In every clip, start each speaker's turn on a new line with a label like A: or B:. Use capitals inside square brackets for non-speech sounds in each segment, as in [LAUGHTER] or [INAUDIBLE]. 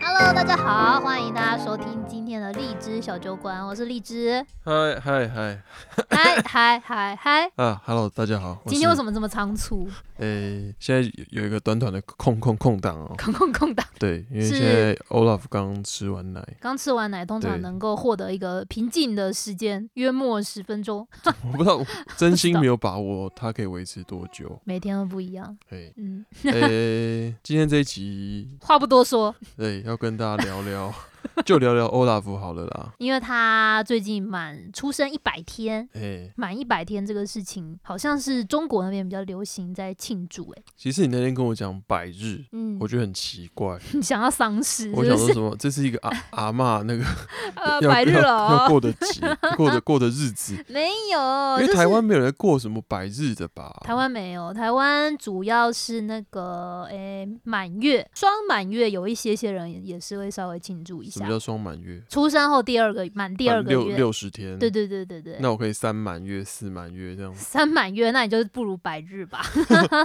A: 好，欢迎大家收听今天的荔枝小酒馆，我是荔
B: [LAUGHS]
A: 枝。
B: 嗨嗨嗨
A: 嗨嗨嗨嗨！
B: 啊，Hello，大家好。
A: 今天为什
B: 么？
A: 么这么仓促？
B: 诶、现在有有一个短短的空空空档哦。
A: 空空空档，
B: 对，因为
A: 是
B: 现在 Olaf 刚吃完
A: [LAUGHS]
B: 奶，
A: 刚吃完奶，通常
B: 对
A: 能够获得一个平静的时间，约莫十分钟，
B: 我不知道，我真心没有把握它可以维持多
A: [LAUGHS]
B: 久。
A: 每天都不一样。
B: 诶、
A: 嗯，
B: 诶、今天这一集，
A: 话不多说，
B: 对，要跟大家
A: [LAUGHS]
B: 聊聊，就聊聊 Olaf 好了啦。
A: 因为他最近满出生一百天。
B: 诶、
A: 满一百天这个事情，好像是中国那边比较流行在庆祝、欸，哎，
B: 其实你那天跟我讲百日，
A: 嗯
B: 我，觉得很奇怪。
A: 你 [LAUGHS] 想要丧尸是
B: 我
A: 不
B: 想说
A: 嗯是？
B: 什么？这是
A: [LAUGHS]
B: 一个阿阿嬷那个
A: 呃，
B: 要
A: 百日
B: 要要
A: 了，
B: 过
A: [LAUGHS]
B: 的节，过的过的日子。
A: 没有，
B: 因
A: 哦就
B: 为
A: 是
B: 台湾没有人在过什么百日的吧？
A: 台湾没有，台湾主要是那个诶满月，双满月有一些些人也是会稍微庆祝一
B: 什么
A: 下。
B: 叫双满月？
A: 出生后第二个满第二
B: 满
A: 个
B: 六
A: 月，
B: 六十天。
A: 对对对对对。
B: 那我可以三满月、四满月这样。
A: 三满月，那你就是不如百日
B: [LAUGHS]
A: 吧。 [LAUGHS]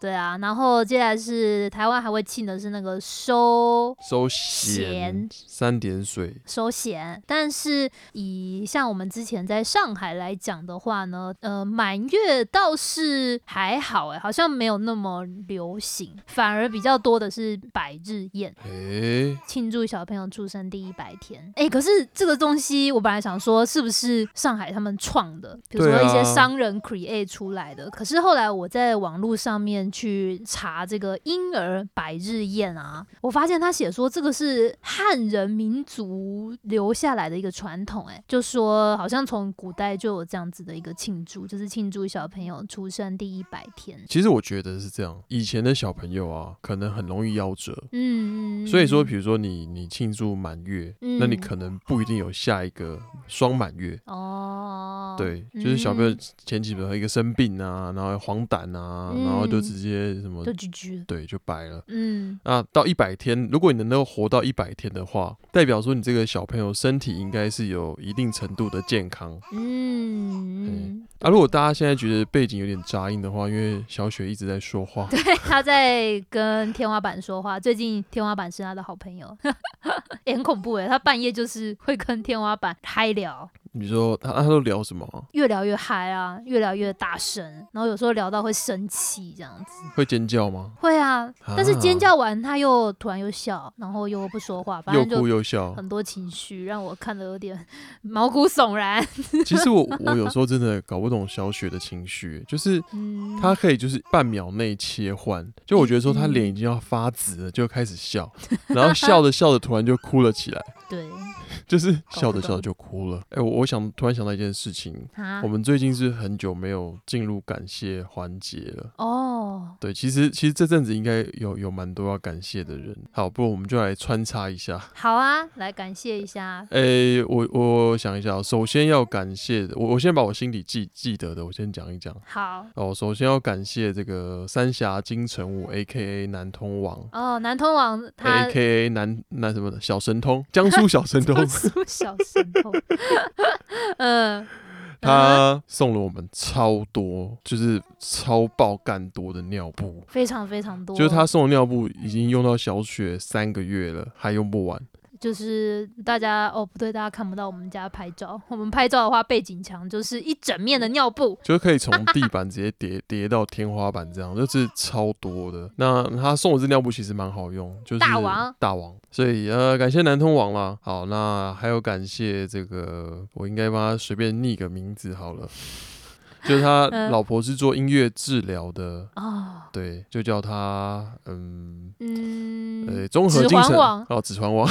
A: 对啊，然后接下来是台湾还会庆的是那个收
B: 收
A: 咸
B: 咸三点水，
A: 收闲，但是以像我们之前在上海来讲的话呢，呃，满月倒是还好哎、好像没有那么流行，反而比较多的是百日宴。
B: 诶、
A: 庆祝小朋友出生第一百天。哎、可是这个东西，我本来想说是不是上海他们创的，比如
B: 对
A: 说
B: 啊
A: 一些商人 create 出来的。可是后来我在网络上面去查这个婴儿百日宴啊，我发现他写说这个是汉人民族留下来的一个传统、诶，哎，就说好像从古代就有这样子的一个庆祝，就是庆祝小朋友出生第一百天。
B: 其实我觉得是这样，以前的小朋友啊，可能很容易夭折。
A: 嗯，嗯嗯
B: 所以说，比如说你你庆祝满月，
A: 嗯
B: 那你可能不一定有下一个双满月。
A: 哦，
B: 对，就是小朋友
A: 嗯
B: 前几轮一个生病啊，然后黄疸啊，
A: 嗯
B: 然后就直接什么，
A: 就居居，
B: 对，就白了。
A: 嗯。
B: 那到一百天，如果你能够活到一百天的话，代表说你这个小朋友身体应该是有一定程度的健康。
A: 嗯，
B: 啊，如果大家现在觉得背景有点杂音的话，因为小雪一直在说话，
A: 对， [LAUGHS] 他在跟天花板说话。最近天花板是他的好朋友， [LAUGHS] 也很恐怖哎。他半夜就是会跟天花板嗨聊，
B: 你说他他都聊什么啊、
A: 越聊越嗨啊，越聊越大声，然后有时候聊到会生气这样子。
B: 会尖叫吗？
A: 会啊，但是尖
B: 啊
A: 叫完他又突然又笑，然后又不说话，反
B: 又
A: 正
B: 哭
A: 就
B: 又笑。
A: 很多情绪，让我看得有点毛骨悚
B: [LAUGHS]
A: 然。
B: 其实我我有时候真的搞不懂小雪的情绪，就是
A: 嗯，
B: 她可以就是半秒内切换，就我觉得说她
A: 嗯
B: 脸已经要发紫了，就开
A: [LAUGHS]
B: 始笑，然后笑着笑着突然就哭了起来，
A: 对
B: 就是
A: 不
B: 笑着笑
A: 懂
B: 着就哭了。哎、我我想突然想到一件事情，
A: 啊
B: 我，们最近是很久没有进入感谢环节了。
A: 哦，
B: 对，其实其实这阵子应该有有蛮多要感谢的人。好，不如我们就来穿插一下。
A: 好啊，来感谢一下。
B: 诶、我我想一下哦，首先要感谢的，我我先把我心里记记得的，我先讲一讲。
A: 好，
B: 哦，首先要感谢这个三峡金城武 A K A 南通王
A: 哦，南通网他
B: ，A K A 南南什么的小神通，江苏小神通， [LAUGHS]
A: 苏小神童， [LAUGHS] 嗯，
B: 他送了我们超多，就是超爆干多的尿布。
A: 非常非常多，
B: 就是他，送的尿布已经用到小雪三个月了，还用不完。
A: 就是大家哦，不对，大家看不到我们家拍照，我们拍照的话，背景墙就是一整面的尿布，
B: 就是可以从地板直接叠叠到天花板，这样就是超多的。那他送我这尿布其实蛮好用，就是
A: 大王
B: 大王，所以呃感谢南通王啦。好，那还有感谢这个，我应该帮他随便匿个名字好了。 [LAUGHS] 就是他
A: 嗯
B: 老婆是做音乐治疗的，
A: 哦，
B: 对，就叫他嗯
A: 嗯，
B: 呃综合
A: 指
B: 精神
A: 环王
B: 哦，指环王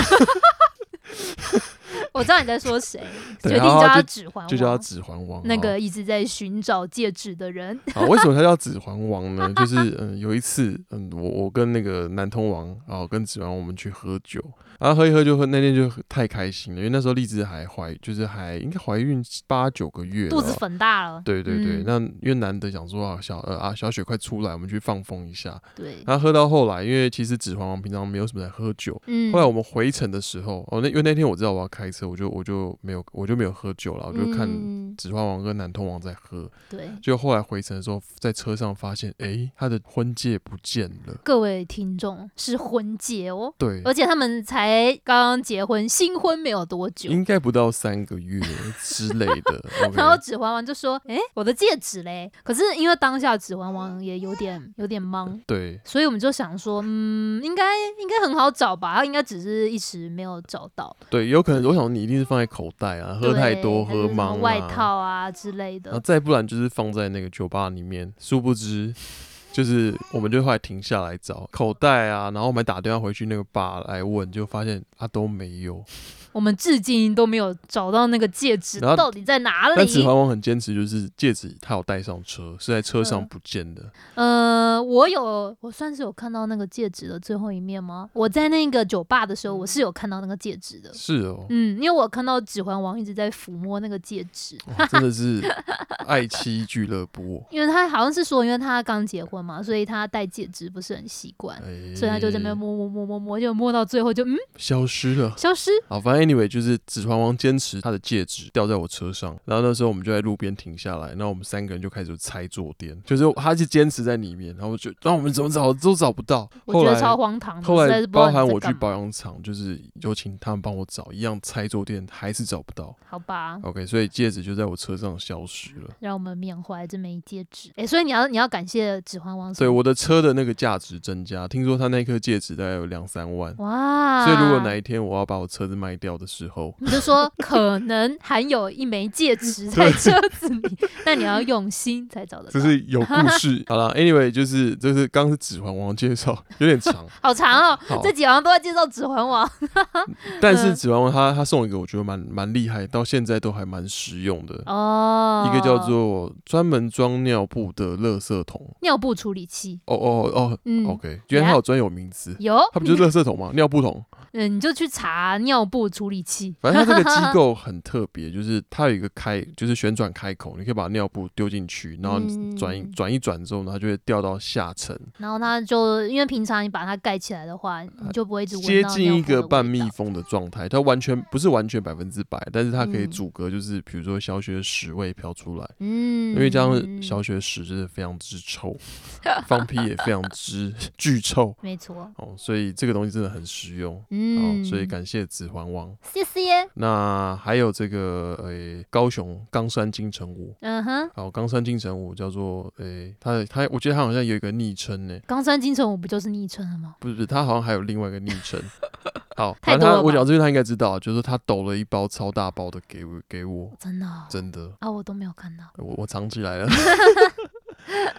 A: 我知道你在说谁，决
B: [LAUGHS] 对
A: 定
B: 然后
A: 叫
B: 他
A: 他
B: 就
A: 指环
B: 就叫
A: 王
B: 他。指环王。
A: 那
B: 好
A: 个一直在寻找戒指的人，
B: 啊，为什么他叫指环王呢？ [LAUGHS] 就是嗯，有一次，嗯，我我跟那个南通王啊，我跟指环王我们去喝酒，然后喝一喝就喝，那天就喝太开心了，因为那时候荔枝还怀，就是还应该怀孕八九个月了，
A: 肚子粉大了。
B: 对对
A: 嗯
B: 对，那因为难得想说啊，小呃啊小雪快出来，我们去放风一下。
A: 对，
B: 然后喝到后来，因为其实指环王平常没有什么在喝酒，
A: 嗯，
B: 后来我们回程的时候，哦，那因为那天我知道我要开车，我就我就没有我就没有喝酒了，我就看
A: 嗯嗯，
B: 指环王跟南通王在喝，
A: 对。
B: 就后来回程的时候，在车上发现，诶，他的婚戒不见了。
A: 各位听众是婚戒哦，
B: 对，
A: 而且他们才刚刚结婚，新婚没有多久。
B: 应该不到三个月之类的。OK
A: [LAUGHS] 然后指环王就说：“诶，我的戒指嘞！”可是因为当下指环王也有
B: [LAUGHS]
A: 点有点懵，
B: 对，
A: 所以我们就想说，嗯，应该应该很好找吧，他应该只是一时没有找到，
B: 对，有可能我想你一定是放在口袋啊，喝太多
A: 对还
B: 喝
A: 是什么
B: 懵
A: 外
B: 啊，
A: 套啊之类
B: 然后
A: 的。
B: 再不然就是放在那个酒吧里面，殊不知。就是，我们就后来停下来找口袋啊，然后我们还打电话回去那个吧来问，就发现啊都没有。
A: 我们至今都没有找到那个戒指
B: 然后
A: 到底在哪
B: 但指
A: 里。
B: 环王很坚持，就是戒指他有带上车，是在车上
A: 嗯
B: 不见的。
A: 呃，我有，我算是有看到那个戒指的最后一面吗？我在那个酒吧的时
B: 嗯
A: 候，我是有看到那个戒指的。
B: 是哦，
A: 嗯，因为我看到指环王一直在抚摸那个戒指，
B: 哇真的是爱妻俱乐部。哦
A: 因为他好像是说，因为他刚结婚嘛，所以他戴戒指不是很习惯，[LAUGHS]
B: 哎
A: 所以他就在那边摸摸摸摸摸，就摸到最后就嗯
B: 消失了。
A: 消失。
B: 好，反正 anyway 就是指环王坚持他的戒指掉在我车上，然后那时候我们就在路边停下来，然后我们三个人就开始拆坐垫，就是他是坚持在里面，然后就让我们怎么找都找不到。
A: 我
B: 后
A: 觉得超
B: 来
A: 荒唐的，
B: 后
A: 实在
B: 来
A: 是不知道
B: 包
A: 你
B: 含
A: 在
B: 我去
A: 干嘛
B: 保养厂，就是有请他们帮我找，一样拆坐垫还是找不到。
A: 好吧，
B: OK，所以戒指就在我车上消失了。
A: 让我们缅怀这枚戒指。哎、所以你要你要感谢指环王什
B: 所以
A: 么，
B: 我的车的那个价值增加，听说他那颗戒指大概有两三万。
A: 哇，
B: 所以如果哪一天我要把我车子卖掉的时
A: [LAUGHS]
B: 候，
A: 你就说可能含有一枚戒指在车子里， [LAUGHS] 那你要用心才找得
B: 这
A: 到。
B: 是有故
A: [LAUGHS]
B: 事。好了，anyway，就是就是刚刚是指环王介绍，有
A: [LAUGHS]
B: 点长，
A: 好长哦，
B: 好
A: 这几行都在介绍指环王。
B: 但是指环王他他送了一个我觉得蛮蛮厉害，到现在都还蛮实用的。
A: 哦，
B: 一个叫做专门装尿布的垃圾桶，
A: 尿布处理器。
B: 哦哦
A: 嗯
B: 哦，OK，居然它有专有名词，
A: 有，
B: 它不就是垃圾桶吗？尿布桶，
A: 嗯，你就去查尿布处理器。
B: 反正它这个机构很特别，就是它有一个开，就是旋转开口，你可以把尿布丢进去，然后你转一
A: 嗯
B: 转一转之后呢，它就会掉到下层，
A: 然后它就因为平常你把它盖起来的话，你就不会一直闻
B: 呃接
A: 到
B: 近
A: 尿
B: 一
A: 布的
B: 个半
A: 味
B: 密
A: 道
B: 封的状态，它完全不是完全百分之百，但是它可以
A: 嗯
B: 阻隔，就是比如说小雪的屎味飘出来，
A: 嗯，
B: 因为这样小雪的屎真的非常之臭，放屁也非常之 [LAUGHS] 巨臭
A: 没错，
B: 哦，所以这个东西真的很实用
A: 嗯，
B: 哦，所以感谢指环王。
A: 谢谢，
B: 那还有这个呃，高雄冈山金城武。
A: 嗯哼，
B: 哦，冈山金城武叫做诶，他他，我觉得他好像有一个昵称呢，
A: 冈山金城武不就是昵称了吗？
B: 不是不是，他好像还有另外一个昵
A: [LAUGHS]
B: 称。好，
A: 太
B: 反
A: 多
B: 正
A: 了
B: 他我
A: 吧
B: 讲这边他应该知道，就是他抖了一包超大包的给我给我，
A: 真的哦、
B: 真的，
A: 啊，我都没有看
B: [LAUGHS]
A: 到。
B: 我我藏起来了，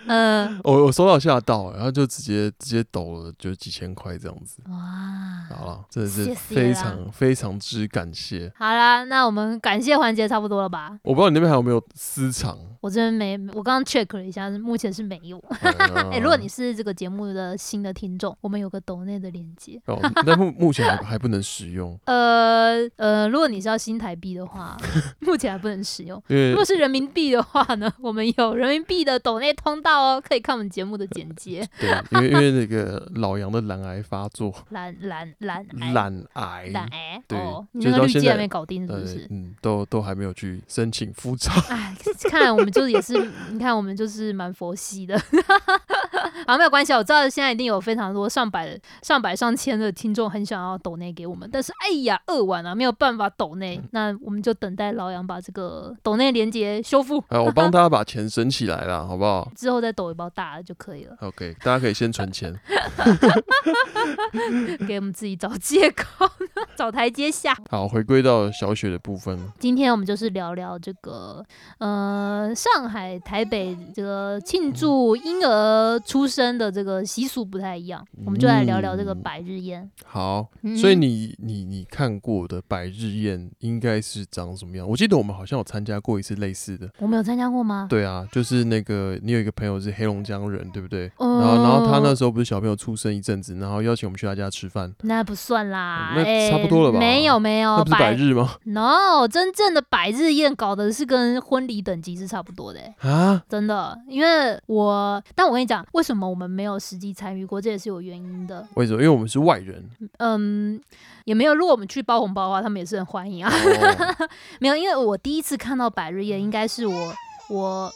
A: 嗯、
B: 我我收到吓到，然后就直接直接抖了，就几千块这样子。
A: 哇，
B: 好了，真的是
A: 谢谢
B: 非
A: 啦
B: 常非常之感谢。
A: 好啦，那我们感谢环节差不多了吧？
B: 我不知道你那边还有没有私藏？
A: [LAUGHS] 我这边没，我刚刚 check 了一下，目前是没有。哎、
B: 哎
A: 如果你是这个节目的新的听众，我们有个抖内的链接。
B: 哦，但目目前还还不能使用，
A: 呃呃，如果你是要新台币的
B: [LAUGHS]
A: 话，目前还 [LAUGHS] 不能使用。
B: 因
A: 如
B: 为
A: 果是人民币的话呢， [LAUGHS] 我们有人民币的抖内通道哦，可以看我们节目的简
B: [LAUGHS]
A: 介。
B: 对，因为因为那个老杨的懒癌发作，
A: 懒懒 [LAUGHS] 懒癌
B: 懒癌，
A: 懒癌
B: 对
A: 哦，你
B: 就
A: 那
B: 到
A: 个绿
B: 现
A: 界还
B: 在
A: 没搞定是
B: 呃
A: 不是？ [LAUGHS]
B: 嗯，都都还没有去申请复查。
A: 哎， [LAUGHS] 看来我们就是也是，你看我们就是蛮佛系的， [LAUGHS] 啊，没有关系啊，我知道现在一定有非常多上百、上百、上千的听众很想要抖内给我们，但是哎呀，二晚啊，没有办法抖内，
B: 嗯
A: 那我们就等待老杨把这个抖内连接修复
B: 啊，我帮大家把钱省起来啦，好不好
A: 之后，再抖一包大的就可以了，
B: ？OK，大家可以先存钱。
A: 给我们自己找借口， [LAUGHS] 找台阶下。
B: 好，回归到小雪的部分，
A: 今天我们就是聊聊这个，呃，上海、台北这个庆祝婴儿出生的这个习俗不太一样，我们就来聊聊这个
B: 嗯
A: 百日宴。
B: 好，
A: 嗯
B: 所以你你你看过的百日宴应该是长什么样？我记得我们好像有参加过一次类似的。
A: 我们有参加过吗？
B: 对啊，就是那个你有一个朋友是黑龙江人，对不对？
A: 嗯，
B: 然后，然后他那时候不是小朋友出生一阵子，然后邀请我们去他家吃饭，
A: 那不算啦，
B: 那
A: 哎
B: 差不多了吧
A: 没有没有
B: 那不是百
A: [LAUGHS]
B: 日吗？
A: ，no，真正的百日宴搞的是跟婚礼等级是差不多的、欸
B: 啊，
A: 真的，因为我，但我跟你讲，为什什么我们没有实际参与过，这也是有原因的。
B: 为什么？因为我们是外人，
A: 嗯，也没有。如果我们去包红包的话，他们也是很欢迎啊。 [LAUGHS]
B: 哦
A: 没有，因为我第一次看到百日宴，应该是我我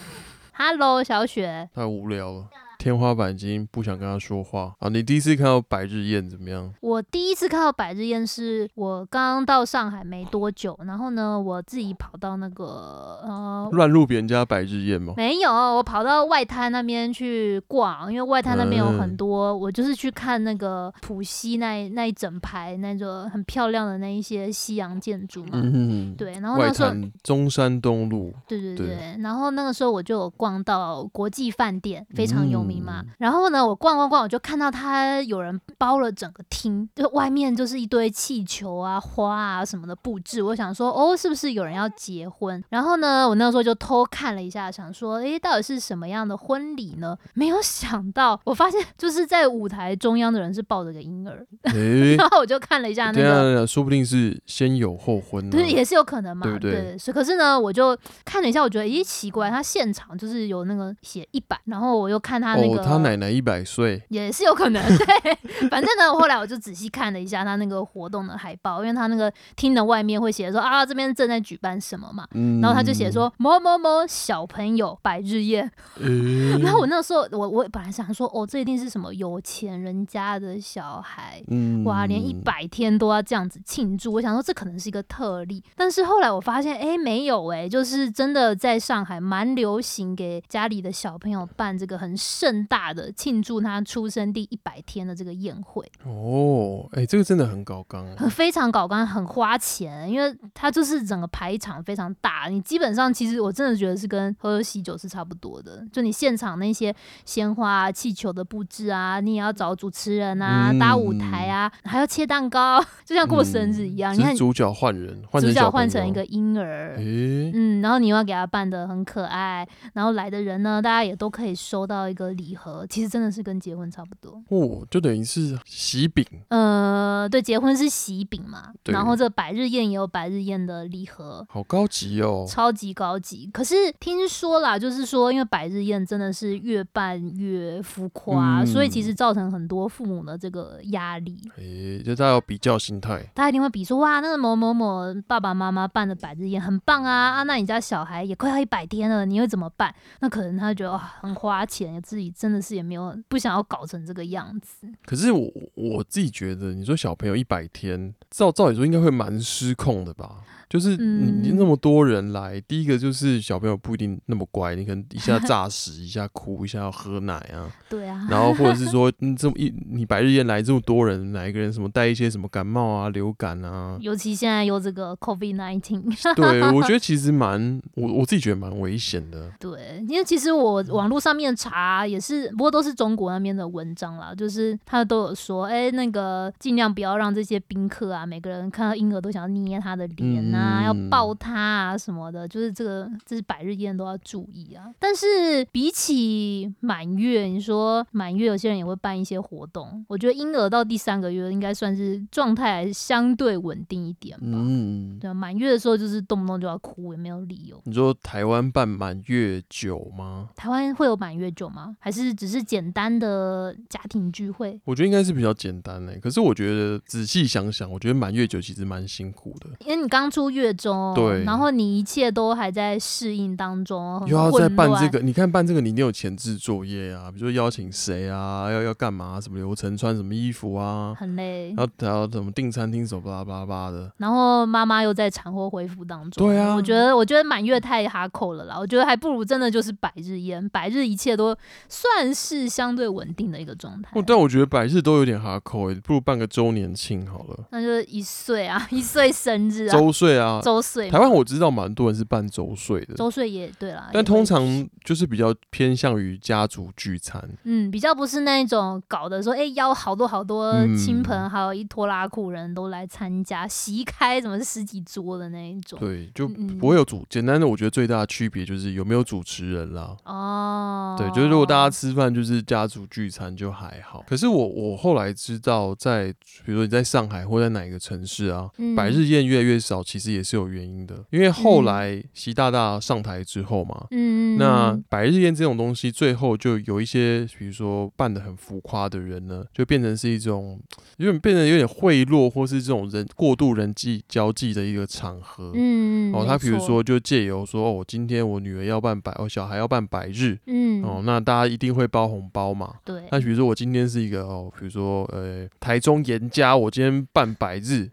A: [LAUGHS] ，Hello 小雪，
B: 太无聊了。天花板已经不想跟他说话啊！你第一次看到白日宴怎么样？
A: 我第一次看到百日宴是我刚到上海没多久，然后呢，我自己跑到那个呃。
B: 乱入别人家白日宴吗？
A: 没有，我跑到外滩那边去逛，因为外滩那边有
B: 嗯
A: 很多，我就是去看那个浦西那那一整排那种很漂亮的那一些西洋建筑嘛。
B: 嗯，
A: 对，然后
B: 外
A: 那时候
B: 滩中山东
A: [LAUGHS]
B: 路，
A: 对对
B: 对
A: 对，然后那个时候我就有逛到国际饭店，非常有名嘛。然后呢，我逛逛逛，我就看到他有人包了整个厅，就外面就是一堆气球啊、花啊什么的布置。我想说，哦，是不是有人要结婚？然后呢，我那时候就偷看了一下，想说，诶，到底是什么样的婚礼呢？没有想到，我发现就是在舞台中央的人是抱着个婴儿， [LAUGHS]
B: 诶、
A: 然后我就看了一下那
B: 等一下
A: 个。
B: 等一下，说不定是先有后婚啊呢、
A: 对，也是有可能嘛，
B: 嗯对不对
A: 所以可是呢，我就看了一下，我觉得咦奇怪，他现场就是有那个写一百，然后我又看他那个、
B: 哦，他奶奶一百岁，
A: 也是有可能，对，反正呢，后来我就仔细看了一下他那个活动的海报，因为他那个厅的外面会写说啊这边正在举办什么嘛，
B: 嗯，
A: 然后他就写说某某某小朋友百日宴，
B: 诶，
A: 然后我 [LAUGHS] 那时候我我本来想说哦这一定是什么有钱人家的小孩，
B: 嗯
A: 哇，连一百天都要这样子庆祝，我想说这可能是一个特例，但是后来我发现，哎、没有、诶，哎，就是真的在上海蛮流行给家里的小朋友办这个很盛大的庆祝他出生第一百天的这个宴会，
B: 哦，诶，这个真的很高纲欸，
A: 很呃 [LAUGHS] 非常搞刚，很花钱，因为它就是整个排场非常大，你基本上其实我真的觉得是跟喝喜酒是差不多的，就你现场那些鲜花、啊、气球的布置啊，你也要找主持人啊、
B: 嗯
A: 搭舞台啊，还要切蛋糕，就像过生日一样。
B: 嗯
A: 你
B: 只
A: 看
B: 是主角换人，换
A: 主
B: 成
A: 角
B: 小
A: 换
B: 朋
A: 成一
B: 友
A: 个，婴儿。
B: 诶，
A: 嗯，然后你又要给他扮的很可爱，然后来的人呢，大家也都可以收到一个礼盒，其实真的是跟结婚差不多。
B: 哦，就等于是喜饼，
A: 呃，对，结婚是喜饼嘛，
B: 对
A: 然后这百日宴也有百日宴的礼盒，
B: 好高级哦，
A: 超级高级。可是听说啦，就是说，因为百日宴真的是越办越浮夸，
B: 嗯
A: 所以其实造成很多父母的这个压力。
B: 诶，就大家有比较心态，
A: 他一定会比说哇，那个某某某爸爸妈妈办的百日宴很棒啊啊，那你家小孩也快要一百天了，你会怎么办？那可能他觉得哇、很花钱，自己真的是也没有不想要搞成这个样子。
B: 可是我我自己觉得，你说小朋友一百天，照照理说应该会蛮失控的吧？就是
A: 嗯
B: 你你那么多人来，第一个就是小朋友不一定那么乖，你可能一下炸屎，一下哭，一下要喝奶啊，
A: 对啊，
B: 然后或者是说，嗯，这么一你百日宴来这么多人，哪一个人什么带一些什么感冒啊、流感啊
A: [LAUGHS] ，尤其现在有这个 COVID
B: [LAUGHS]
A: nineteen。
B: 对我觉得其实蛮我我自己觉得蛮危险的。
A: 对，因为其实我
B: 嗯
A: 网络上面查也是，不过都是中国那边的文章啦，就是他都有说，哎、那个尽量不要让这些宾客啊，每个人看到婴儿都想要捏他的脸啊，
B: 嗯
A: 要抱他啊什么的，就是这个这是百日宴都要注意啊。但是比起满月，你说满月有些人也会办一些活动，我觉得婴儿到第三个月应该算是状态还相对稳定一点吧。
B: 嗯，
A: 对啊，满月的时候就是动不动就要哭，也没有理由。
B: 你说台湾办满月酒吗？
A: 台湾会有满月酒吗？还是只是简单的家庭聚会？
B: 我觉得应该是比较简单欸嘞、可是我觉得仔细想想，我觉得满月酒其实蛮辛苦的，
A: 因为你刚出月中，
B: 对
A: 然后你一切都还在适应当中，很
B: 又要再
A: 哦混
B: 办
A: 乱
B: 这个，你看办这个，你一定有前置作业啊，比如说邀请谁啊，要要干嘛，什么流程，穿什么衣服啊，
A: 很累
B: 然，后还要怎么订餐厅什么巴拉巴拉巴拉的，
A: 然后妈妈又在产后恢复当中。
B: 对啊
A: 我觉得我觉得满月太哈扣了啦，我觉得还不如真的就是百日宴，百日一切都算是相对稳定的一个状态。
B: 哦，但我觉得百日都有点哈扣诶，不如办个周年庆好了，
A: 那就是一岁啊， [LAUGHS] 一岁生日啊，
B: 周岁啊，
A: 周岁嘛
B: 台，湾我知道蛮多人是办周岁的，
A: 周岁也对啦。也
B: 但通
A: 会
B: 常就是比较偏向于家族聚餐，
A: 嗯，比较不是那一种搞的说，哎、邀好多好多
B: 嗯
A: 亲朋好友一拖拉库人都来参加，席开怎么是十几桌的那一种。
B: 对，就
A: 嗯嗯
B: 不会有主，简单的我觉得最大的区别就是有没有主持人啦。
A: 哦，
B: 对，就是如果大大家吃饭就是家族聚餐就还好。可是我我后来知道在，比如说你在上海或在哪一个城市啊，
A: 嗯
B: 百日宴越来越少，其实也是有原因的。因为后来习大大上台之后嘛，
A: 嗯，
B: 那百日宴这种东西，最后就有一些，比如说办的很浮夸的人呢，就变成是一种，有点变成有点贿赂，或是这种人过度人际交际的一个场合。
A: 嗯，
B: 哦，
A: 没
B: 他比如
A: 错，
B: 说就借由说，哦，我今天我女儿要办百，我哦小孩要办百日，
A: 嗯，
B: 哦，那大家一定会包红包嘛。
A: 对，
B: 那比如说我今天是一个哦，比如说呃台中严家，我今天办百日，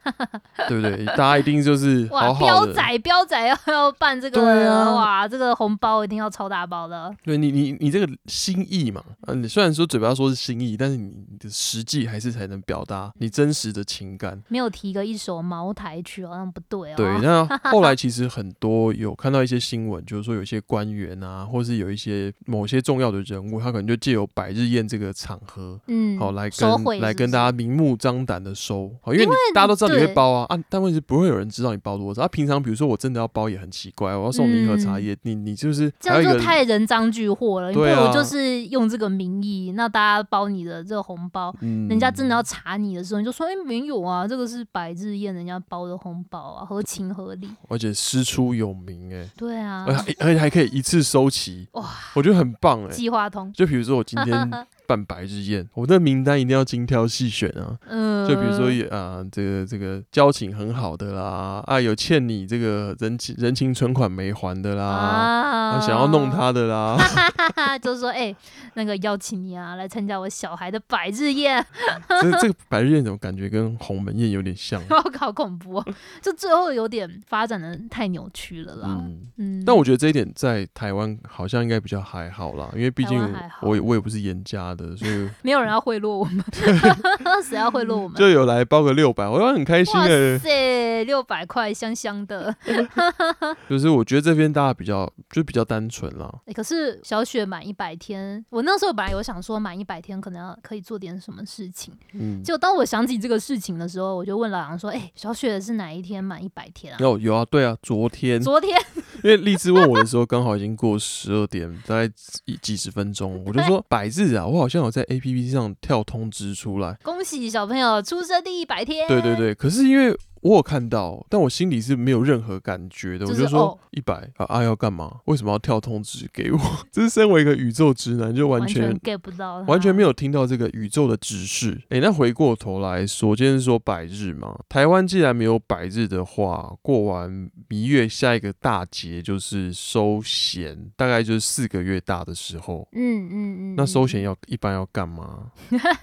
B: 对不对？ [LAUGHS] 大家一定就是
A: 哇，
B: 好好
A: 彪
B: 的，
A: 仔彪仔要要办这
B: 对
A: 个，
B: 啊
A: 哇，这个红包一定要超大包的，
B: 对你你你这个心意嘛，啊，你虽然说嘴巴说是心意，但是你你的实际还是才能表达你真实的情感。
A: 没有提个一首茅台曲好像不对哦。 [LAUGHS]
B: 对，那后来其实很多有看到一些新闻，就是说有一些官员啊，或是有一些某些重要的人物，他可能就借由百日宴这个场合，
A: 嗯，
B: 好来跟
A: 收回
B: 来跟大
A: 家，
B: 家明目张胆的收，好，因为
A: 因
B: 你大家都知道你会
A: 对
B: 包啊啊，但问题是不会有人知道你包多少。啊，平常比如说我真的要包也很奇怪，我要送你一盒茶
A: 嗯
B: 叶，你你就是
A: 这
B: 还有
A: 样
B: 一
A: 就
B: 个
A: 太人赃俱获了。你不
B: 对
A: 如
B: 啊
A: 就是用这个名义，那大家包你的这个红包，
B: 嗯
A: 人家真的要查你的时候，你就说哎、没有啊，这个是百日宴人家包的红包啊，合情合理。
B: 而且师出有名哎、
A: 对啊，
B: 而且而且还可以一次收齐，
A: 哇，
B: 我觉得很棒哎、
A: 计划通，
B: 就比如说我今
A: [LAUGHS]
B: 天办百日宴，我的名单一定要精挑细选啊。
A: 嗯，
B: 就比如说也啊、这个这个交情很好的啦，啊有欠你这个人情人情存款没还的啦，啊
A: 啊
B: 想要弄。他
A: [LAUGHS]
B: 的啦，
A: 就是说，哎、那个邀请你啊，来参加我小孩的百日宴， [LAUGHS]
B: 这这个百日宴怎么感觉跟鸿门宴有点像？啊
A: [LAUGHS] 我靠，恐怖、哦！就最后有点发展的太扭曲了啦。
B: 嗯，
A: 嗯，
B: 但我觉得这一点在台湾好像应该比较还好啦，因为毕竟
A: 台湾还好
B: 我也我也不是严家的，
A: [LAUGHS]
B: 所以
A: 没有人要贿赂我
B: [LAUGHS]
A: 们， [LAUGHS] 谁要贿赂我们？
B: 就有来包个六百，我都很开心欸
A: 哇
B: 的。
A: 塞，六百块香香的、
B: 就是我觉得这边大家比较就比较单纯啦，
A: 欸可是小雪满一百天，我那时候本来有想说满一百天可能要可以做点什么事情，
B: 嗯，
A: 结果当我想起这个事情的时候，我就问老杨说：“哎、小雪是哪一天满一百天啊？”
B: 有有啊，对啊，昨天
A: 昨天
B: 因为荔枝问我的时候，刚好已经过十二点，大概几几十分钟，我就说百日啊，我好像有在 A P P 上跳通知出来，
A: 恭喜小朋友出生第一百天，
B: 对对，对，可是因为我有看到，但我心里是没有任何感觉的，
A: 就
B: 我
A: 是
B: 就说
A: 哦
B: 一百啊啊要干嘛？为什么要跳通知给我？ [LAUGHS] 这是身为一个宇宙直男，就完
A: 完
B: 全
A: get 不到，
B: 完全没
A: 有。
B: 有听到这个宇宙的指示。诶，那回过头来说，今天是说百日嘛，台湾既然没有百日的话，过完蜜月下一个大节就是收闲，大概就是四个月大的时候。
A: 嗯嗯嗯，
B: 那收
A: 嗯
B: 闲要一般要干嘛？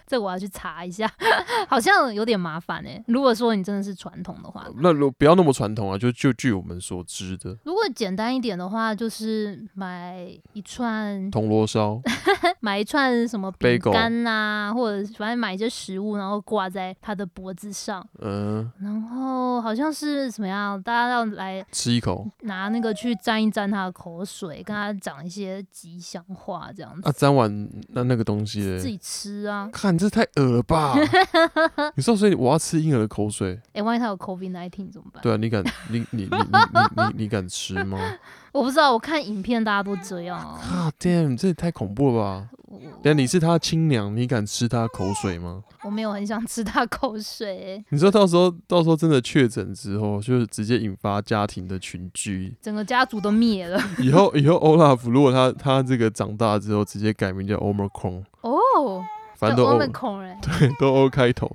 A: 这我要去查一下， [LAUGHS] 好像有点麻烦哎、如果说你真的是传统的话，
B: 那如不要那么传统啊，就就据我们所知的
A: 如果简单一点的话，就是买一串
B: 铜
A: [LAUGHS]
B: 锣烧，
A: 买一串什么
B: Bagel
A: 饼干呐、或者反正买一些食物，然后挂在他的脖子上，
B: 嗯、
A: 然后好像是怎么样，大家要来
B: 吃一口
A: 拿那个去沾一沾他的口水，跟他讲一些吉祥话这样子，
B: 啊，沾完那那个东西
A: 自
B: 嘞，
A: 己吃啊。
B: 看这太恶了
A: [LAUGHS]
B: 吧！你知道，所以我要吃婴儿的口水，
A: 哎、万一他有 COVID nineteen 怎么办？
B: 对啊，你敢你你你你你你你敢吃吗
A: 我不知道，我看影片大家都这样啊。
B: 啊 damn，这也太恐怖了吧！
A: 我
B: 但你是他亲娘，你敢吃他的口水吗？
A: 我没有很想吃他口水、欸，
B: 你说到时候到时候真的确诊之后，就是直接引发家庭的群居。
A: 整个家族都灭了。
B: 以后 [LAUGHS] 以后 Olaf 如果他他这个长大之后，直接改名叫 Omicron，
A: 哦，
B: 反正
A: 就
B: 都 O
A: Omicron 哎、
B: [LAUGHS] 都 O 开头。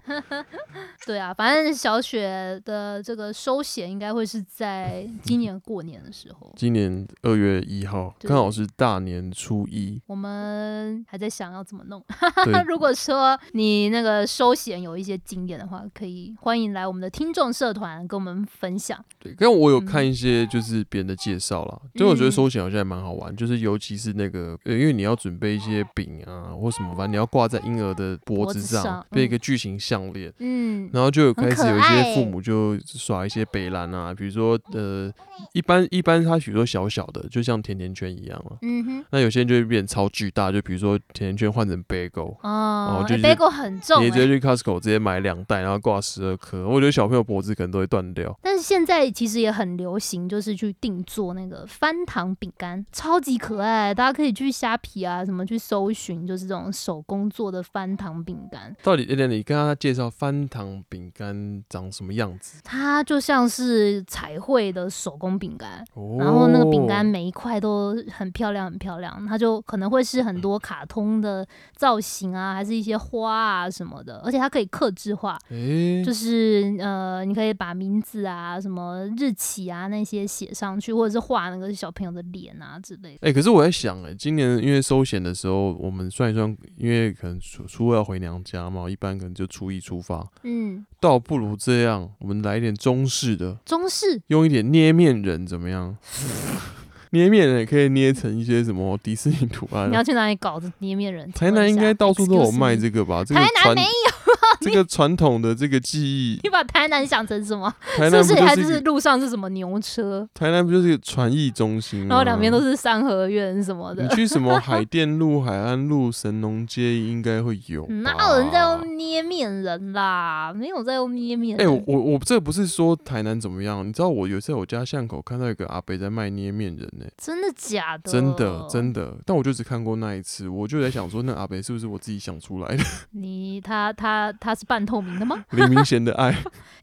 A: 对啊，反正小雪的这个收险应该会是在今年过年的时候。
B: 今年二月一号
A: 对
B: 刚好是大年初一，
A: 我们还在想要怎么弄。
B: 对，
A: [LAUGHS] 如果说你那个收险有一些经验的话，可以欢迎来我们的听众社团跟我们分享。
B: 对，但我有
A: 嗯
B: 看一些就是别人的介绍啦，就我觉得
A: 嗯
B: 收钱好像还蛮好玩，就是尤其是那个，呃因为你要准备一些饼啊或什么，反正你要挂在婴婴儿的脖
A: 脖
B: 子
A: 子
B: 上
A: 上
B: 被一
A: 嗯
B: 个巨型项链，
A: 嗯，
B: 然后就有开始
A: 很可
B: 有一些
A: 爱
B: 父
A: 欸
B: 母就耍一些北兰啊，比如说呃，一般一般它许多小小的，就像甜甜圈一样啊。
A: 嗯哼，
B: 那有些人就会变超巨大，就比如说甜甜圈换成 bagel，
A: 哦，
B: 就
A: 哎
B: 是
A: bagel 很重
B: 你直接
A: 欸，
B: 去 Costco 直接买两袋，然后挂十二颗，我觉得小朋友脖子可能都会断掉。
A: 但是现在其实也很流行，就是去定做那个翻糖饼干，超级可爱，大家可以去虾皮啊什么去搜寻，就是这种手工做的翻糖饼干，
B: 到底 a l 你跟他介绍翻糖饼干长什么样子？
A: 它就像是彩绘的手工饼干，
B: 哦
A: 然后那个饼干每一块都很漂亮，很漂亮。它就可能会是很多卡通的造型啊，还是一些花啊什么的，而且它可以克制化，
B: 诶、
A: 就是呃，你可以把名字啊、什么日期啊那些写上去，或者是画那个小朋友的脸啊之类的。
B: 哎、可是我在想、哎，今年因为收险的时候，我们算一算，因为可能初初二要回娘家嘛，一般可能就初一出发，
A: 嗯，
B: 倒不如这样，我们来一点中式的，
A: 中式
B: 用一点捏面人怎么样？ [LAUGHS] 捏面人也可以捏成一些什么迪士尼图案
A: 你
B: 啊、
A: 要去哪里搞的捏面人？请
B: 台
A: 问
B: 南
A: 一
B: 应
A: 下
B: 该到处都有
A: excuse
B: 卖。
A: me
B: 这个吧？这个
A: 台南
B: 传
A: 没有，啊
B: 这个传统的这个
A: [LAUGHS]
B: 技艺，
A: 你把台南想成什么？
B: 台
A: 是
B: 南
A: 不
B: 不
A: 是
B: 就
A: 还
B: 是一
A: 是
B: 个
A: 路上是什么牛车？
B: 台南不就是一个传艺中心吗？
A: 然后哦两边都是三合院什么
B: 你
A: 的。
B: 去
A: [LAUGHS]
B: 什么海淀路、海岸路、神农街应该会有。
A: 哪有嗯人在用？捏面人啦？没有在用捏面
B: 哎、
A: 人。
B: 我我我这不是说台南怎么样，你知道我有一次在我家巷口看到一个阿伯在卖捏面人呢、
A: 真的假的？
B: 真的真的，但我就只看过那一次，我就在想说那阿伯是不是我自己想出来的？ [LAUGHS]
A: 你他他他是半透明的吗？
B: 林明贤的
A: [LAUGHS]
B: 爱，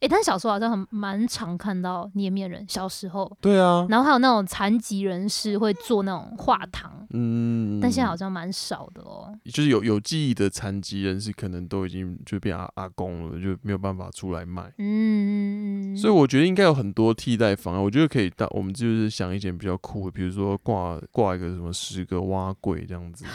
A: 哎、但小时候好像很蛮常看到捏面人，小时候，
B: 对啊，
A: 然后还有那种残疾人士会做那种画糖，
B: 嗯，
A: 但现在好像蛮少的哦。
B: 就是有有记忆的残疾人士，可能都已经就变阿阿公了，就没有办法出来卖。
A: 嗯，
B: 所以我觉得应该有很多替代方案，我觉得可以到我们就是想一点比较酷的，比如说挂挂一个什么十个蛙柜这样子，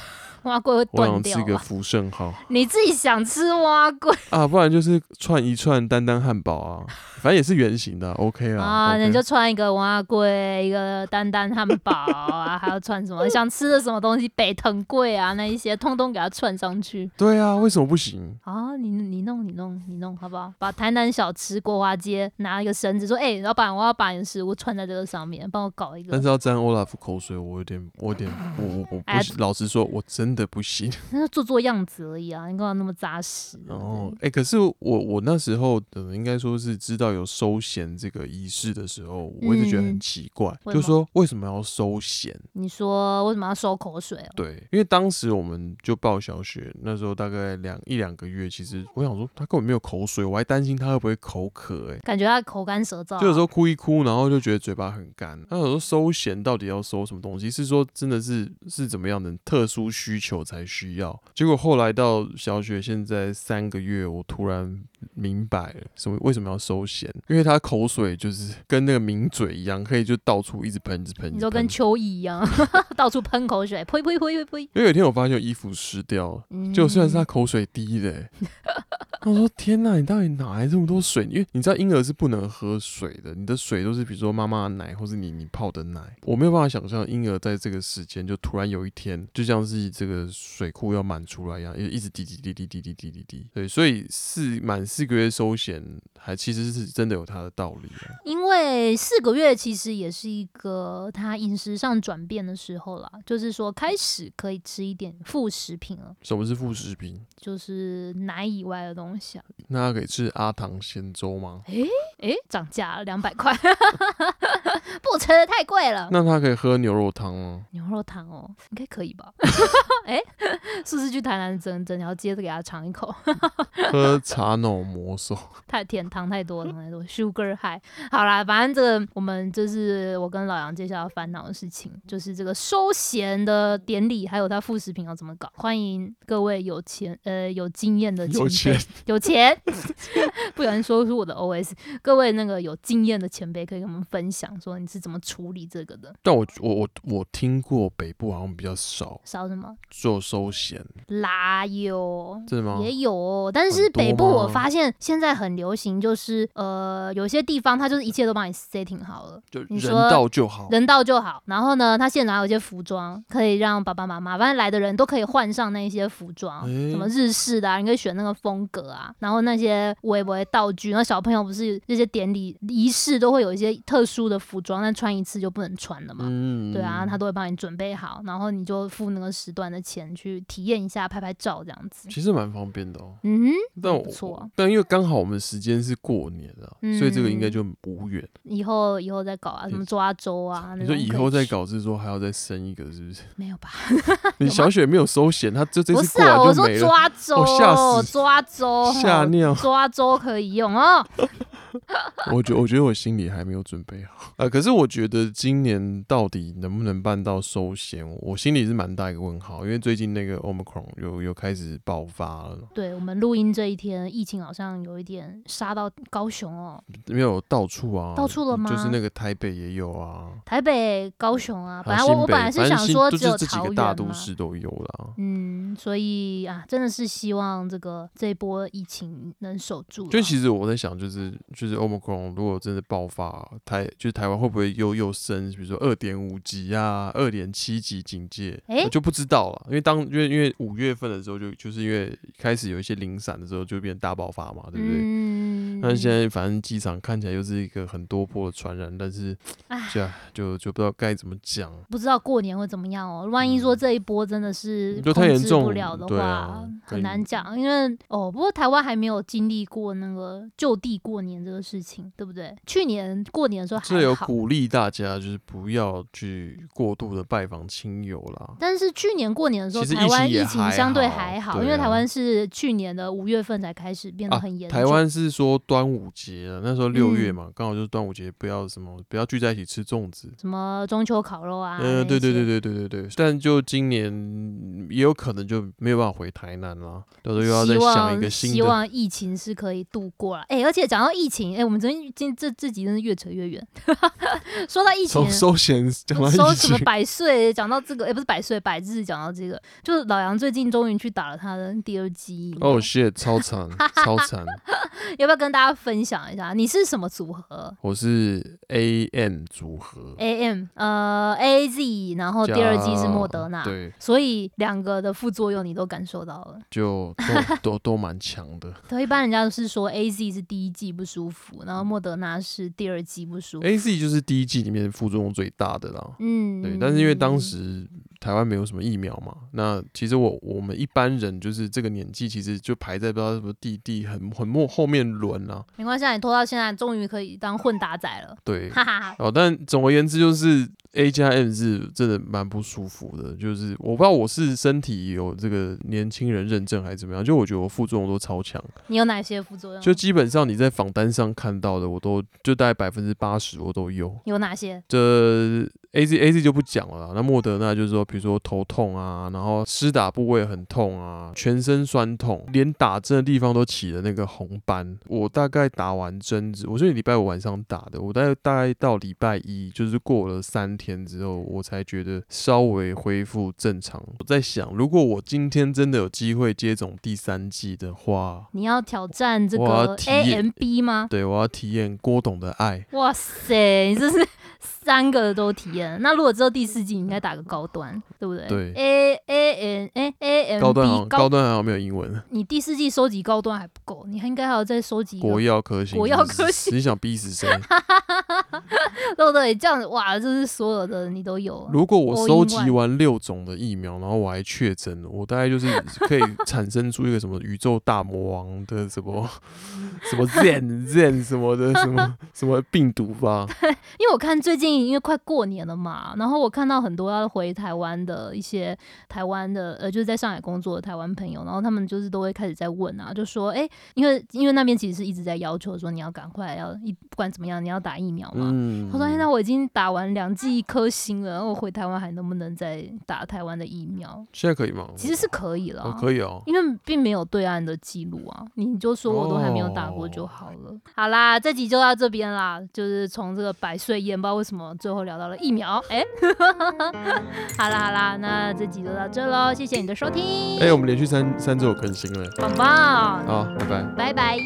A: 蛙龟会
B: 我
A: 断
B: 想吃
A: 掉
B: 个
A: 吧？
B: 福盛号
A: 你自己想吃蛙龟
B: 啊，不然就是串一串丹丹汉堡啊，反正也是圆形的啊、，OK 啦。
A: 啊，
B: OK
A: 你就穿一个蛙龟，一个丹丹汉堡啊， [LAUGHS] 还要穿什么想吃的什么东西，北藤贵啊那一些，通通给它串上去。
B: 对啊，为什么不行？
A: 啊，你你弄你弄你弄好不好？把台南小吃国华街拿一个绳子说，哎、老板，我要把你的食物串在这个上面，帮我搞一
B: 但
A: 个。
B: 是要沾 Olaf 口水，我有点，我有
A: [LAUGHS]
B: 点，我我我不
A: 哎嗯
B: 行，老实说，我真的不行。
A: 那就做做样子而已啊，你干嘛那么扎实？啊对
B: 然
A: 不
B: 后
A: 对，
B: 哎、可是我我那时候，呃，应该说是知道有收弦这个仪式的时候，我一直觉得很
A: 嗯
B: 奇怪，
A: 为
B: 就
A: 什么
B: 说为什么要收弦？
A: 你说为什么要收口水、哦？
B: 对，因为当时我们就报小学，那时候大概两一两个月，其实我想说他根本没有口水，我还担心他会不会口渴、欸，
A: 感觉他口干舌燥啊、
B: 就有时候哭一哭，然后就觉得嘴巴很干。那有时候收钱到底要收什么东西？是说真的是是怎么样的特殊需求才需要？结果后来到小学，现在三个月，我突然明白了什么为什么要收钱，因为他口水就是跟那个抿嘴一样，可以就到处一直喷，一直喷，一
A: 你
B: 直
A: 说跟
B: 喷。
A: 蚯蚓一样， [LAUGHS] 到处喷口水，呸呸呸呸呸。
B: 因为有一天我发现我衣服湿掉了。
A: 嗯
B: 就虽然是他口水滴的、欸，我说天哪，你到底哪来这么多水？因为你知道婴儿是不能喝水的，你的水都是比如说妈妈的奶或是你你泡的奶。我没有办法想象婴儿在这个时间就突然有一天，就像是这个水库要满出来一样，一直滴滴滴滴滴滴滴滴滴。对，所以四满四个月收钱，还其实是真的有它的道理啊。
A: 因为四个月其实也是一个他饮食上转变的时候啦，就是说开始可以吃一点副食品了，
B: 什么是副食品？
A: 就是奶以外的东西啊。
B: 那他可以吃阿唐鲜粥吗？
A: 诶，涨价了两百块， [LAUGHS] 不吃太贵了。
B: 那他可以喝牛肉汤吗？
A: 牛肉汤哦，应该可以吧？ [LAUGHS] 诶，是不是去台南整整条街都给他尝一口？
B: 喝茶脑魔手？
A: 太甜，糖太多，糖太多，sugar high。好啦，反正这个我们就是我跟老杨接下来要烦恼的事情，就是这个收钱的典礼，还有它副食品要怎么搞。欢迎各位有钱呃有经验的
B: [LAUGHS] 有
A: 前辈
B: 钱
A: [LAUGHS] 有钱，不小心说出我的 OS。各各位那个有经验的前辈可以跟我们分享，说你是怎么处理这个的？
B: 但我我我我听过北部好像比较少
A: 烧什么
B: 做收咸，
A: 拉哟？
B: 真的吗？
A: 也有哦，但是
B: 很多
A: 北部我
B: 吗
A: 发现现在很流行，就是呃，有些地方它就是一切都帮你 setting 好了，
B: 就
A: 你
B: 人
A: 说
B: 到就好。
A: 人到就好。然后呢，他现场有一些服装可以让爸爸妈妈，反正来的人都可以换上那一些服装，
B: 诶
A: 什么日式的啊，你可以选那个风格啊。然后那些微微道具，那小朋友不是这些典礼仪式都会有一些特殊的服装，但穿一次就不能穿了嘛。
B: 嗯
A: 对啊，他都会帮你准备好，然后你就付那个时段的钱去体验一下，拍拍照这样子。
B: 其实蛮方便的哦。
A: 嗯，
B: 但我
A: 不错啊
B: 但因为刚好我们时间是过年啊，所以这个应该
A: 嗯
B: 就无缘。
A: 以后以后再搞啊，什么抓周啊，
B: 你
A: 那
B: 说
A: 种
B: 以
A: 可
B: 后再
A: 去
B: 搞是说还要再生一个
A: [LAUGHS]
B: 是不是？
A: 没有吧？
B: 你小雪没有收闲，她这这
A: 不
B: 次
A: 是
B: 过
A: 啊，我
B: 完就
A: 说
B: 没了，
A: 抓哦周，
B: 哦吓死
A: 抓周，
B: 吓尿。
A: 抓周可以用哦。
B: 我觉我觉得我心里还没有准备好， [LAUGHS] 呃，可是我觉得今年到底能不能办到收闲，我心里是蛮大一个问号，因为最近那个 Omicron 有有开始爆发了，
A: 对我们录音这一天，疫情好像有一点杀到高雄哦，
B: 没有到处啊，
A: 到处了吗
B: 就是那个台北也有啊，
A: 台北、高雄啊。本来
B: 还有新
A: 我我
B: 北
A: 本来是
B: 反正
A: 想
B: 新
A: 说
B: 就
A: 只
B: 是
A: 有
B: 这几
A: 桃
B: 个
A: 园
B: 大都
A: 嘛
B: 市都有啦。
A: 嗯，所以啊，真的是希望这个这一波疫情能守住啊。
B: 就其实我在想，就是就是 Omicron 如果真的爆发，台就是台湾会不会又又升，比如说二点五级啊、二点七级警戒，
A: 诶
B: 我就不知道了。因为当因为因为五月份的时候就就是因为开始有一些零散的时候就变大爆发嘛，对不对？
A: 嗯，
B: 但现在反正机场看起来又是一个很多波的传染，但是
A: 唉
B: 就就就不知道该怎么讲。
A: 不知道过年会怎么样哦。万一说这一波真的是
B: 嗯就太
A: 控制
B: 严重
A: 不了的
B: 对
A: 话，
B: 啊
A: 很难讲。因为哦，不过台湾还没有经历过那个就地过年这个事情，对不对？去年过年的时候
B: 这有
A: 还好，
B: 鼓励大家就是不要去过度的拜访亲友啦。
A: 但是去年过年的时候，
B: 其实
A: 台湾
B: 疫情也
A: 疫情相对
B: 还
A: 还
B: 好
A: 好，
B: 对啊
A: 因为台湾是去年的五月份才开始变得
B: 啊
A: 很严重。
B: 台湾是说端午节了，那时候六月
A: 嗯
B: 嘛，刚、好就是端午节，不要什么，不要聚在一起吃粽子。
A: 什么中秋烤肉啊？
B: 嗯、对对对
A: 对。
B: 对对对对，但就今年也有可能就没有办法回台南啦，到时候又要再
A: 希
B: 想一
A: 望
B: 个新
A: 希
B: 的。
A: 望疫情是可以度过了，哎、而且讲到疫情，哎、我们昨天今这这集真是越扯越远。 [LAUGHS] 说到疫情
B: 从，收钱讲到
A: 说
B: 疫
A: 什么
B: 情，
A: 百岁，讲到这个，也、不是百岁，百日讲到这个，就是老杨最近终于去打了他的第二剂疫苗
B: 哦、shit，超
A: [LAUGHS]
B: 惨超惨！
A: 要不要跟大家分享一下？你是什么组合
B: 我是 A N 组合，
A: ？A M 呃 A Z，然后
B: 加
A: 第二剂是莫德纳，
B: 对，
A: 所以两个的副作用你都感受到了。
B: 就都
A: [LAUGHS]
B: 都都蛮强的。
A: 对，一般人家都是说 A Z 是第一剂不舒服，然后莫德纳是第二剂不舒服。
B: A Z 就是第一季里面副作用最大的啦，
A: 嗯，
B: 对，但是因为当
A: 嗯
B: 时台湾没有什么疫苗嘛，那其实我我们一般人就是这个年纪，其实就排在不知道什么地地很很末后面轮啊，
A: 没关系，啊，你拖到现在，终于可以当混打仔了，，
B: 对
A: 哈哈哈。
B: 哦，但总而言之就是 A 加 M 是真的蛮不舒服的，就是我不知道我是身体有这个年轻人认证还是怎么样，就我觉得我副作用都超强，
A: 你有哪些副作用？
B: 就基本上你在访单上看到的，我都就大概百分之八十我都有，
A: 有哪些？
B: 这 A Z A Z 就不讲了啦，那莫德纳就是说，比如说头痛啊，然后施打部位很痛啊，全身酸痛，连打针的地方都起了那个红斑。我大概打完针之，我是礼拜五晚上打的，我大概大概到礼拜一，就是过了三天之后，我才觉得稍微恢复正常。我在想，如果我今天真的有机会接种第三季的话，
A: 你要挑战这
B: 我要
A: 个
B: 体
A: A
B: 验
A: M B 吗？
B: 对我要体验郭董的爱。
A: 哇塞，你这是 [LAUGHS] 三个都体验。那如果之后第四季，你应该打个高端，对不对？
B: 对
A: ，A A N A A M B
B: 高端好像高端好像没有英文。
A: 你第四季收集高端还不够，你还应该还要再收集一个
B: 国药科星，
A: 国药
B: 是
A: 科星
B: 你想逼死谁？
A: [LAUGHS] 对不对？这样子哇，就是所有的你都有。
B: 如果我
A: All in
B: 收集
A: one
B: 完六种的疫苗，然后我还确诊，我大
A: [LAUGHS]
B: 概就是可以产生出一个什么宇宙大魔王的什
A: [LAUGHS]
B: 么什么 Zen Zen 什么的什么什么病毒吧？
A: 因为我看最近因为快过年了嘛，然后我看到很多要回台湾的一些台湾的呃，就是在上海工作的台湾朋友，然后他们就是都会开始在问啊，就说哎、诶因为因为那边其实是一直在要求说你要赶快要一不管怎么样你要打疫苗嘛，
B: 嗯
A: 他说：“说，哎、
B: 嗯
A: 那我已经打完两剂一颗星了，然后我回台湾还能不能再打台湾的疫苗？
B: 现在可以吗？
A: 其实是啊可以了、
B: 哦，可以哦。
A: 因为并没有对岸的记录啊，你就说我都还没有打过就好了。好啦，这集就到这边啦，就是从这个百岁宴，不知道为什么最后聊到了疫苗，哎、 [LAUGHS] 好啦好啦，那这集就到这喽，谢谢你的收听，
B: 哎、我们连续三三周有更新了，
A: 棒棒，
B: 好，拜拜。
A: 拜拜。